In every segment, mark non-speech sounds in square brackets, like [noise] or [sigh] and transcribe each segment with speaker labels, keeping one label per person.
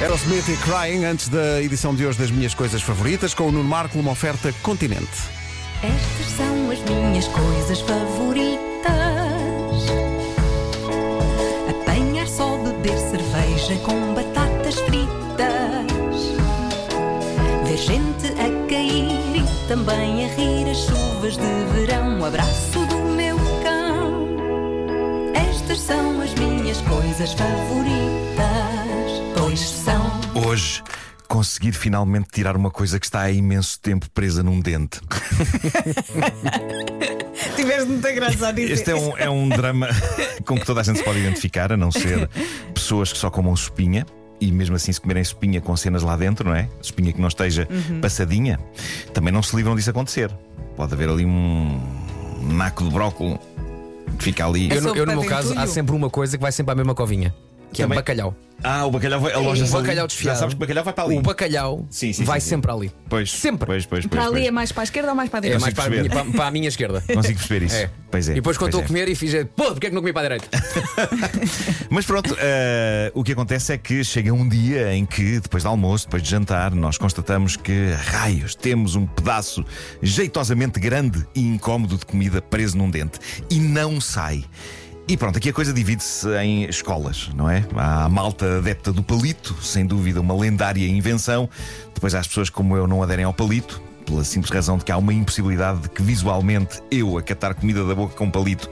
Speaker 1: Aerosmith e Crying, antes da edição de hoje das minhas coisas favoritas, com o Nuno Marco, uma oferta continente.
Speaker 2: Estas são as minhas coisas favoritas: apanhar só, beber cerveja com batatas fritas, ver gente a cair e também a rir as chuvas de verão. O abraço do meu cão. Estas são as minhas coisas favoritas, pois são.
Speaker 3: Hoje conseguir finalmente tirar uma coisa que está há imenso tempo presa num dente.
Speaker 4: Tiveste muita graça a dizer.
Speaker 3: Este é um, é um drama [laughs] com que toda a gente se pode identificar, a não ser pessoas que só comam espinha. E mesmo assim, se comerem espinha com cenas lá dentro, não é? Espinha que não esteja passadinha, também não se livram disso acontecer. Pode haver ali um naco de brócolo que fica ali.
Speaker 5: Eu, no-
Speaker 4: sopa
Speaker 5: eu, no
Speaker 4: de
Speaker 5: meu caso, há
Speaker 4: entulho.
Speaker 5: sempre uma coisa que vai sempre à mesma covinha, que
Speaker 3: Também-
Speaker 5: é o bacalhau. É,
Speaker 3: Ah, o bacalhau vai. A loja
Speaker 5: O
Speaker 3: sabe-
Speaker 5: bacalhau desfiado.
Speaker 3: Já sabes que o bacalhau vai para ali.
Speaker 5: O bacalhau
Speaker 3: Sim, sim,
Speaker 5: vai
Speaker 3: sim, sim.
Speaker 5: sempre ali.
Speaker 3: Pois,
Speaker 5: Sempre.
Speaker 3: Pois, pois, pois,
Speaker 4: Para ali
Speaker 3: pois.
Speaker 4: é mais para a esquerda ou mais para a
Speaker 5: É
Speaker 4: direita?
Speaker 3: Consigo
Speaker 5: mais para a, minha,
Speaker 3: perceber.
Speaker 5: para, para a minha
Speaker 3: [laughs]
Speaker 5: esquerda.
Speaker 3: Consigo perceber isso.
Speaker 5: É.
Speaker 3: Pois é.
Speaker 5: E depois, quando
Speaker 3: pois
Speaker 5: estou
Speaker 3: é.
Speaker 5: a comer, e fiz: pô, porque é que não comi para a direita?
Speaker 3: Mas pronto, eh, o que acontece é que chega um dia em que, depois de almoço, depois de jantar, nós constatamos que, raios, temos um pedaço jeitosamente grande e incómodo de comida preso num dente e não sai. E pronto, aqui a coisa divide-se em escolas, não é? Há a malta adepta do palito, sem dúvida uma lendária invenção. Depois há as pessoas que, como eu não aderem ao palito, pela simples razão de que há uma impossibilidade de que visualmente eu a catar comida da boca com um palito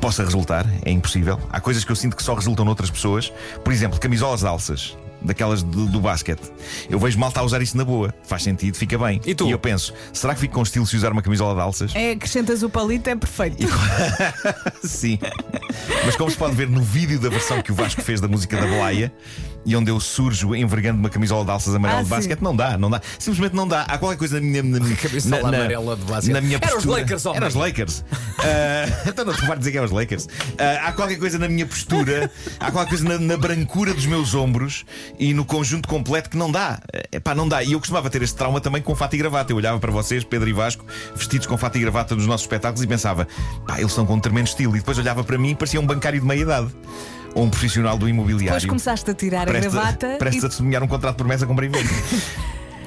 Speaker 3: possa resultar. É impossível. Há coisas que eu sinto que só resultam noutras pessoas. Por exemplo, camisolas de alças. Daquelas do, do basquete. Eu vejo malta a usar isso na boa. Faz sentido, fica bem.
Speaker 5: E tu?
Speaker 3: eu penso, será que fico com estilo se usar uma camisola de alças?
Speaker 4: É, acrescentas o palito, é perfeito.
Speaker 3: [laughs] Sim. Mas como se pode ver no vídeo da versão que o Vasco fez da música da Blaia, e onde eu surjo envergando uma camisola de alças amarela
Speaker 4: Ah,
Speaker 3: de
Speaker 4: sim.
Speaker 3: basquete, não dá, não dá. Simplesmente não dá. Há qualquer coisa na minha. Na, minha-
Speaker 5: Camisola
Speaker 3: na- na-
Speaker 5: amarela de basquete.
Speaker 3: Na minha
Speaker 5: Era os
Speaker 3: postura.
Speaker 5: Lakers, homem.
Speaker 3: Era os Lakers. [laughs] Ah, então não te vai dizer que é os Lakers. Ah, há qualquer coisa na minha postura, há qualquer coisa na, na brancura dos meus ombros e no conjunto completo que não dá. É pá, não dá. E eu costumava ter este trauma também com fato e gravata. Eu olhava para vocês, Pedro e Vasco, vestidos com fato e gravata nos nossos espetáculos e pensava, pá, eles estão com um tremendo estilo. E depois olhava para mim e parecia um bancário de meia idade ou um profissional do imobiliário.
Speaker 4: Depois começaste a tirar a
Speaker 3: Presta-
Speaker 4: gravata
Speaker 3: Prestes a testemunhar um contrato de promessa compra e venda.
Speaker 4: [laughs]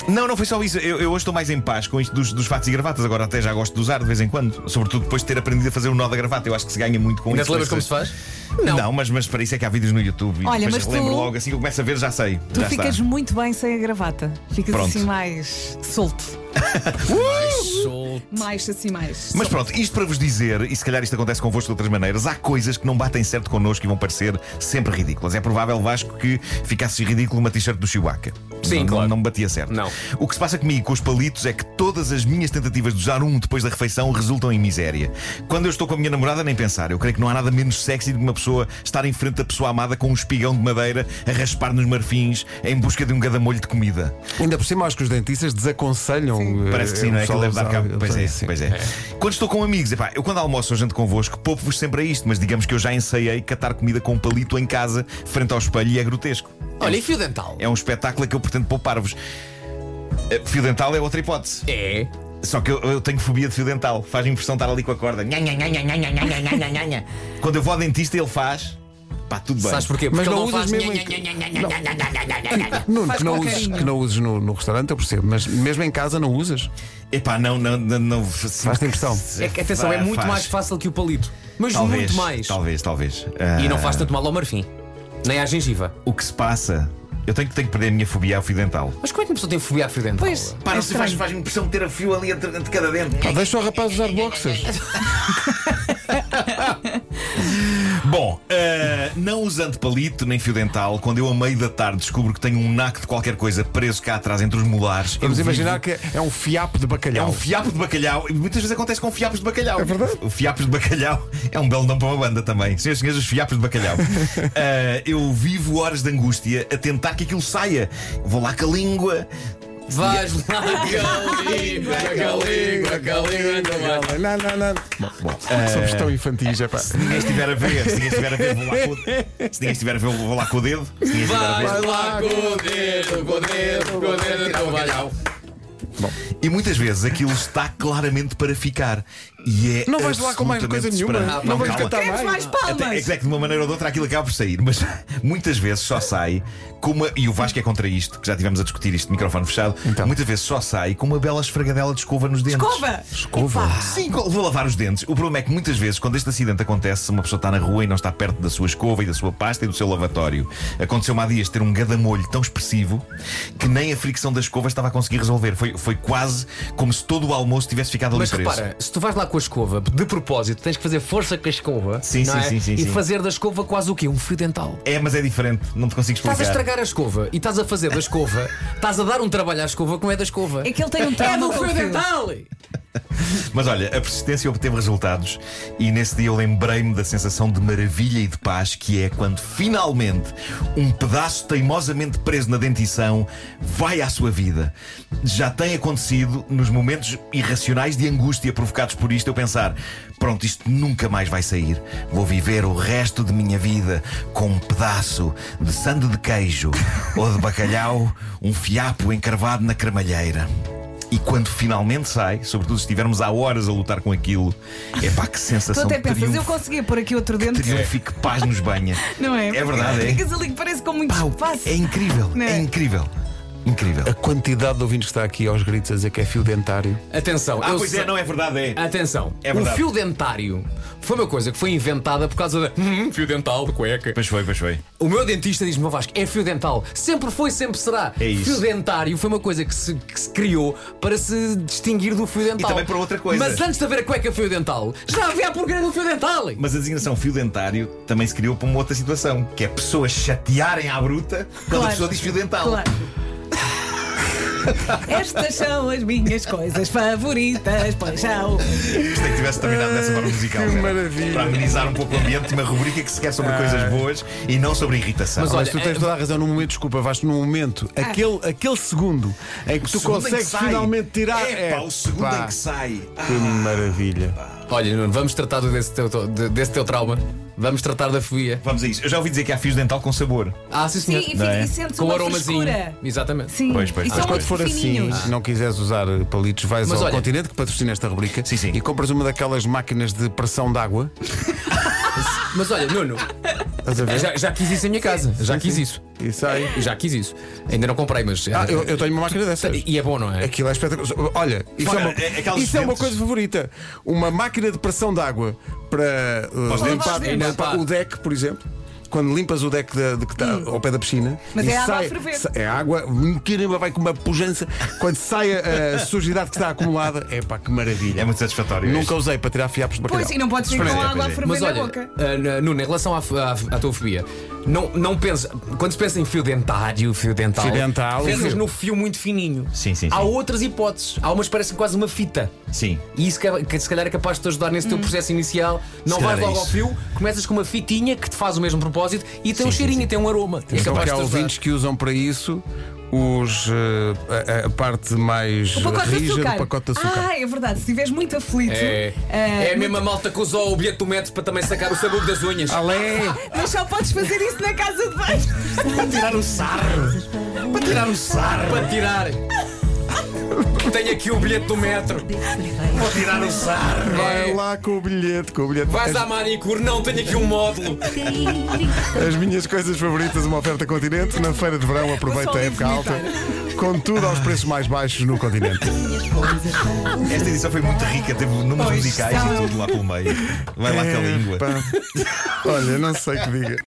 Speaker 3: Não, não foi só isso. Eu, eu hoje estou mais em paz com isto dos, dos fatos e gravatas. Agora até já gosto de usar de vez em quando. Sobretudo depois de ter aprendido a fazer o nó da gravata. Eu acho que se ganha muito com
Speaker 5: Ainda
Speaker 3: isso.
Speaker 5: te lembras como se
Speaker 3: é.
Speaker 5: faz?
Speaker 3: Não, mas, mas para isso é que há vídeos no YouTube.
Speaker 4: Olha,
Speaker 3: e depois
Speaker 4: mas tu-
Speaker 3: lembro logo, assim que eu começo a ver, já sei.
Speaker 4: e tu
Speaker 3: já
Speaker 4: ficas
Speaker 3: está.
Speaker 4: muito bem sem a gravata. Ficas
Speaker 3: Pronto.
Speaker 4: assim mais solto.
Speaker 5: Sou-
Speaker 4: Mais assim mais.
Speaker 3: Mas pronto, isto para vos dizer, e se calhar isto acontece convosco de outras maneiras, há coisas que não batem certo connosco e vão parecer sempre ridículas. É provável, Vasco, que ficasse ridículo uma t-shirt do Chewbacca.
Speaker 5: Sim,
Speaker 3: não,
Speaker 5: claro.
Speaker 3: não me batia certo.
Speaker 5: Não.
Speaker 3: O que se passa comigo com os palitos é que todas as minhas tentativas de usar um depois da refeição resultam em miséria. Quando eu estou com a minha namorada, nem pensar. Eu creio que não há nada menos sexy do que uma pessoa estar em frente da pessoa amada com um espigão de madeira a raspar nos marfins em busca de um gadamolho de comida.
Speaker 1: Ainda por cima, acho que os dentistas desaconselham. eh,
Speaker 3: Parece que sim,
Speaker 1: o
Speaker 3: não é? Que
Speaker 1: pessoal
Speaker 3: deve
Speaker 1: a
Speaker 3: dar
Speaker 1: usar-
Speaker 3: cabo.
Speaker 1: eu
Speaker 3: Pois é,
Speaker 1: sei, sim.
Speaker 3: pois é. Quando estou com amigos, epá, eu quando almoço ou janto convosco, poupo-vos sempre a isto, mas digamos que eu já ensaiei catar comida com um palito em casa, frente ao espelho, e é grotesco.
Speaker 5: Olha, e fio dental?
Speaker 3: É um espetáculo a que eu pretendo poupar-vos. Eh, Fio dental é outra hipótese.
Speaker 5: É.
Speaker 3: Só que eu, eu tenho fobia de fio dental. Faz-me impressão estar ali com a corda. Nha, nha, nha, nha, nha, nha, nha, nha, nha, nha, nha. Quando eu vou ao dentista, ele faz. Pá, tudo bem.
Speaker 5: Sabes porquê?
Speaker 1: Mas
Speaker 5: Porque
Speaker 1: não
Speaker 5: ele
Speaker 1: usas
Speaker 5: faz-
Speaker 1: mesmo em. Nuno,
Speaker 4: Faz
Speaker 1: que não,
Speaker 4: com
Speaker 1: uses,
Speaker 4: carinho.
Speaker 1: que não uses no, no restaurante, eu percebo, mas mesmo em casa não usas.
Speaker 3: Epá, não, não, não. não assim,
Speaker 1: Faz-te impressão.
Speaker 5: É que, atenção, é
Speaker 3: Faz.
Speaker 5: muito mais fácil que o palito. Mas
Speaker 3: Talvez,
Speaker 5: muito mais.
Speaker 3: Talvez, talvez.
Speaker 5: E
Speaker 3: Ah,
Speaker 5: não faz tanto mal ao marfim, nem à gengiva.
Speaker 3: O que se passa? Eu tenho, que- tenho que perder a minha fobia ao fio dental.
Speaker 5: Mas como é que uma pessoa tem fobia a fio dental?
Speaker 4: Pois,
Speaker 3: Pá,
Speaker 4: é
Speaker 3: não sei, faz-
Speaker 4: estranho.
Speaker 3: faz-me impressão de ter a fio ali entre, entre cada dente.
Speaker 1: Pá, deixa o rapaz usar boxers.
Speaker 3: Bom, eh, não usando palito nem fio dental, quando eu a meio da tarde descubro que tenho um naco de qualquer coisa preso cá atrás entre os molares.
Speaker 1: Vamos
Speaker 3: eu vivo-
Speaker 1: imaginar que é um fiapo de
Speaker 3: É
Speaker 1: bacalhau.
Speaker 3: um fiapo de bacalhau. E muitas vezes acontece com fiapos de bacalhau.
Speaker 1: É verdade.
Speaker 3: O fiapos de bacalhau é um belo nome para uma banda também. Senhoras e senhores, os fiapos de bacalhau. Ah, eu vivo horas de angústia a tentar que aquilo saia. Vou lá com a língua.
Speaker 5: Vais lá, Galingo, Galingo, Galingo, anda lá.
Speaker 1: Não, não, não. Somos tão infantis, é pá.
Speaker 3: Se ninguém estiver a ver, se ninguém estiver a ver, vou lá com o dedo. Se ninguém estiver a ver, vou lá com o dedo. Se ninguém estiver a ver.
Speaker 5: Vais lá com o dedo, com o dedo, com o dedo, com o bacalhau.
Speaker 3: E muitas vezes aquilo está claramente para ficar. E é
Speaker 1: Não vais lá com mais coisa
Speaker 3: absolutamente
Speaker 1: nenhuma.
Speaker 3: desesperante.
Speaker 1: não vais
Speaker 3: calma.
Speaker 1: cantar
Speaker 4: Queremos mais
Speaker 3: Até, é
Speaker 4: palmas!
Speaker 3: que de uma maneira ou de outra aquilo acaba por sair, mas [laughs] muitas vezes só sai com uma. E o Vasco é contra isto, que já tivemos a discutir isto de microfone fechado.
Speaker 1: Então.
Speaker 3: Muitas vezes só sai com uma bela esfragadela de escova nos dentes.
Speaker 4: Escova!
Speaker 1: Escova.
Speaker 3: Sim, co- vou lavar os dentes. O problema é que muitas vezes, quando este acidente acontece, uma pessoa está na rua e não está perto da sua escova e da sua pasta e do seu lavatório. Aconteceu-me há dias ter um gadamolho tão expressivo que nem a fricção da escova estava a conseguir resolver. Foi, foi quase como se todo o almoço tivesse ficado ali
Speaker 5: Mas
Speaker 3: preso.
Speaker 5: repara, se tu vais lá com a escova, de propósito, tens que fazer força com a escova
Speaker 3: Sim,
Speaker 5: não
Speaker 3: sim,
Speaker 5: é?
Speaker 3: sim, sim,
Speaker 5: e
Speaker 3: sim.
Speaker 5: fazer da escova quase o quê? Um fio dental.
Speaker 3: É, mas é diferente, não te consigo explicar.
Speaker 5: Estás a estragar a escova e estás a fazer
Speaker 3: [laughs]
Speaker 5: da escova, estás a dar um trabalho à escova como é da escova.
Speaker 4: É que ele tem um trauma com o fio.
Speaker 3: Mas olha, a persistência obteve resultados e nesse dia eu lembrei-me da sensação de maravilha e de paz que é quando finalmente um pedaço teimosamente preso na dentição vai à sua vida. Já tem acontecido nos momentos irracionais de angústia provocados por isto eu pensar: pronto, isto nunca mais vai sair. Vou viver o resto de minha vida com um pedaço de sando de queijo ou de bacalhau, um fiapo encarvado na cremalheira. E quando finalmente sai, sobretudo se estivermos há horas a lutar com aquilo, é pá, que
Speaker 4: Tu
Speaker 3: sensação
Speaker 4: até
Speaker 3: de
Speaker 4: pensas, eu
Speaker 3: triunfo.
Speaker 4: conseguia pôr aqui outro dente.
Speaker 3: Triunfo e que paz nos banha.
Speaker 4: [laughs] Não é?
Speaker 3: É verdade, é.
Speaker 4: Ficas ali que parece com muito
Speaker 3: Pá,
Speaker 4: espaço.
Speaker 3: é incrível,
Speaker 4: Não
Speaker 3: é
Speaker 4: é?
Speaker 3: incrível. Incrível.
Speaker 1: A quantidade de ouvintes que está aqui aos gritos a dizer que é fio dentário.
Speaker 5: Atenção,
Speaker 3: Ah,
Speaker 5: eu
Speaker 3: pois
Speaker 5: sei-
Speaker 3: é, não é verdade, é.
Speaker 5: Atenção,
Speaker 3: É
Speaker 5: o
Speaker 3: verdade.
Speaker 5: fio dentário foi uma coisa que foi inventada por causa da [laughs] hum, fio dental de cueca.
Speaker 3: Pois foi, pois foi.
Speaker 5: O meu dentista diz-me, "Ó Vasco, é fio dental. Sempre foi, sempre será.
Speaker 3: É isso.
Speaker 5: Fio dentário foi uma coisa que se, que se criou para se distinguir do fio dental.
Speaker 3: também para outra coisa.
Speaker 5: Mas antes de haver a cueca fio dental, já havia a porcaria do fio dental.
Speaker 3: Mas a designação fio dentário também se criou para uma outra situação, que é pessoas chatearem à bruta quando a
Speaker 4: Claro.
Speaker 3: pessoa diz fio dental. [laughs]
Speaker 4: Claro. Estas são as minhas coisas favoritas, paixão.
Speaker 3: Isto é que tivesse terminado dessa forma musical.
Speaker 4: Ah,
Speaker 1: que
Speaker 3: era.
Speaker 1: maravilha.
Speaker 3: Para amenizar um pouco o ambiente, uma rubrica que se quer sobre coisas boas e não sobre irritação.
Speaker 5: Mas
Speaker 1: Mas
Speaker 5: Olha,
Speaker 1: tu tens
Speaker 5: é-
Speaker 1: toda a razão, num momento, desculpa, Vasco, num momento, aquele, aquele segundo em que tu
Speaker 3: segundo em que
Speaker 1: consegues
Speaker 3: sai.
Speaker 1: finalmente tirar.
Speaker 3: É, pá, o segundo
Speaker 1: pá,
Speaker 3: em que sai. Ah.
Speaker 1: Que maravilha.
Speaker 5: Olha, Nuno, vamos tratar desse teu, de- desse teu trauma. Vamos tratar da fobia.
Speaker 3: Vamos a isso. Eu já ouvi dizer que há fios dental com sabor.
Speaker 5: Ah, sim,
Speaker 4: Sim,
Speaker 5: senhor.
Speaker 4: e,
Speaker 3: Não
Speaker 4: fica-
Speaker 3: é?
Speaker 4: e sentes
Speaker 5: Com
Speaker 4: uma
Speaker 5: aromazinho.
Speaker 4: frescura.
Speaker 5: Exatamente.
Speaker 4: Sim,
Speaker 3: Pois, pois,
Speaker 4: e
Speaker 3: pois,
Speaker 4: são
Speaker 1: Quando
Speaker 4: muito
Speaker 1: for assim,
Speaker 4: fininhos.
Speaker 1: se não quiseres usar palitos, vais
Speaker 5: Mas
Speaker 1: ao
Speaker 5: olha-
Speaker 1: continente que patrocina esta rubrica
Speaker 3: Sim, sim.
Speaker 1: e compras uma daquelas máquinas de pressão de água.
Speaker 5: Mas olha,
Speaker 4: [laughs]
Speaker 5: Nuno,
Speaker 1: Estás a ver?
Speaker 5: já, já quis isso em minha casa. Já quis isso.
Speaker 1: E sai.
Speaker 5: Já quis isso. Ainda não comprei, mas.
Speaker 1: Ah, eu, eu tenho uma máquina dessas.
Speaker 5: E é bom, não é?
Speaker 1: Aquilo é espetacular. Olha, isso,
Speaker 3: Olha,
Speaker 1: é, uma,
Speaker 3: é- aquelas
Speaker 1: isso é uma
Speaker 3: dentes.
Speaker 1: coisa favorita. Uma máquina de pressão de água para uh,
Speaker 3: Para os dentes.
Speaker 1: limpar,
Speaker 4: Para os
Speaker 5: dentes.
Speaker 1: limpar o deck, por exemplo. Quando limpas o deck da- de que está ao pé da piscina,
Speaker 4: Hum. Mas
Speaker 1: e
Speaker 4: é água a
Speaker 1: sai,
Speaker 4: ferver.
Speaker 1: sa- é água, um caramba, vai com uma pujança. Quando sai a,
Speaker 4: [laughs]
Speaker 1: a sujidade que está acumulada, é pá, que maravilha.
Speaker 3: É muito satisfatório.
Speaker 1: Nunca usei para tirar fiapos de bacalhau.
Speaker 4: Pois, e não podes ir com
Speaker 3: Experimenta,
Speaker 4: água a
Speaker 3: pois é.
Speaker 4: ferver
Speaker 5: Mas
Speaker 4: na
Speaker 5: olha,
Speaker 4: boca.
Speaker 5: ah, na- Nuno, em relação à, f- à- à tua fobia, não, não pensa. Quando se pensa em fio dentário, fio dental,
Speaker 1: Fio dental,
Speaker 5: pensas
Speaker 1: fio.
Speaker 5: no fio muito fininho.
Speaker 3: Sim, sim,
Speaker 5: Há
Speaker 3: sim.
Speaker 5: outras hipóteses. Há umas que parecem quase uma fita.
Speaker 3: Sim.
Speaker 5: E isso que, que se calhar é capaz de te ajudar
Speaker 4: Hum.
Speaker 5: nesse teu processo inicial. Não
Speaker 3: Se calhar
Speaker 5: vais
Speaker 3: é
Speaker 5: logo ao
Speaker 3: isso.
Speaker 5: fio, começas com uma fitinha que te faz o mesmo propósito e tem
Speaker 3: Sim,
Speaker 5: um
Speaker 3: sim,
Speaker 5: cheirinho,
Speaker 3: sim.
Speaker 5: e tem um aroma. E é
Speaker 1: Só
Speaker 5: capaz
Speaker 1: que
Speaker 5: de
Speaker 1: Então, há
Speaker 5: te ajudar.
Speaker 1: ouvintes que usam para isso os, eh, a, a parte mais
Speaker 4: O pacote de
Speaker 1: rija
Speaker 4: açúcar.
Speaker 1: do pacote de açúcar.
Speaker 4: Ah, é verdade. Se estiveres muito aflito.
Speaker 5: É,
Speaker 4: ah,
Speaker 5: é a mesma malta que usou o bilhete do metro para também sacar o sabor das unhas.
Speaker 1: Alé!
Speaker 4: Mas só podes fazer isso na casa de banho.
Speaker 3: Para tirar o sarro. Para tirar o sarro.
Speaker 5: Para
Speaker 3: [laughs]
Speaker 5: tirar. Tenho aqui o bilhete do metro.
Speaker 3: Para tirar o sarro.
Speaker 1: Vai
Speaker 5: É.
Speaker 1: lá com o bilhete, com o bilhete. É
Speaker 5: Vais à manicure, não tenho aqui um módulo.
Speaker 1: As minhas coisas favoritas, uma oferta continente. Na feira de verão, aproveita a época alta. Com tudo aos preços mais baixos no continente.
Speaker 3: Esta edição foi muito rica, teve É números musicais e tudo lá pelo meio. Vai lá com a língua.
Speaker 1: Epá. Olha, não sei o que diga.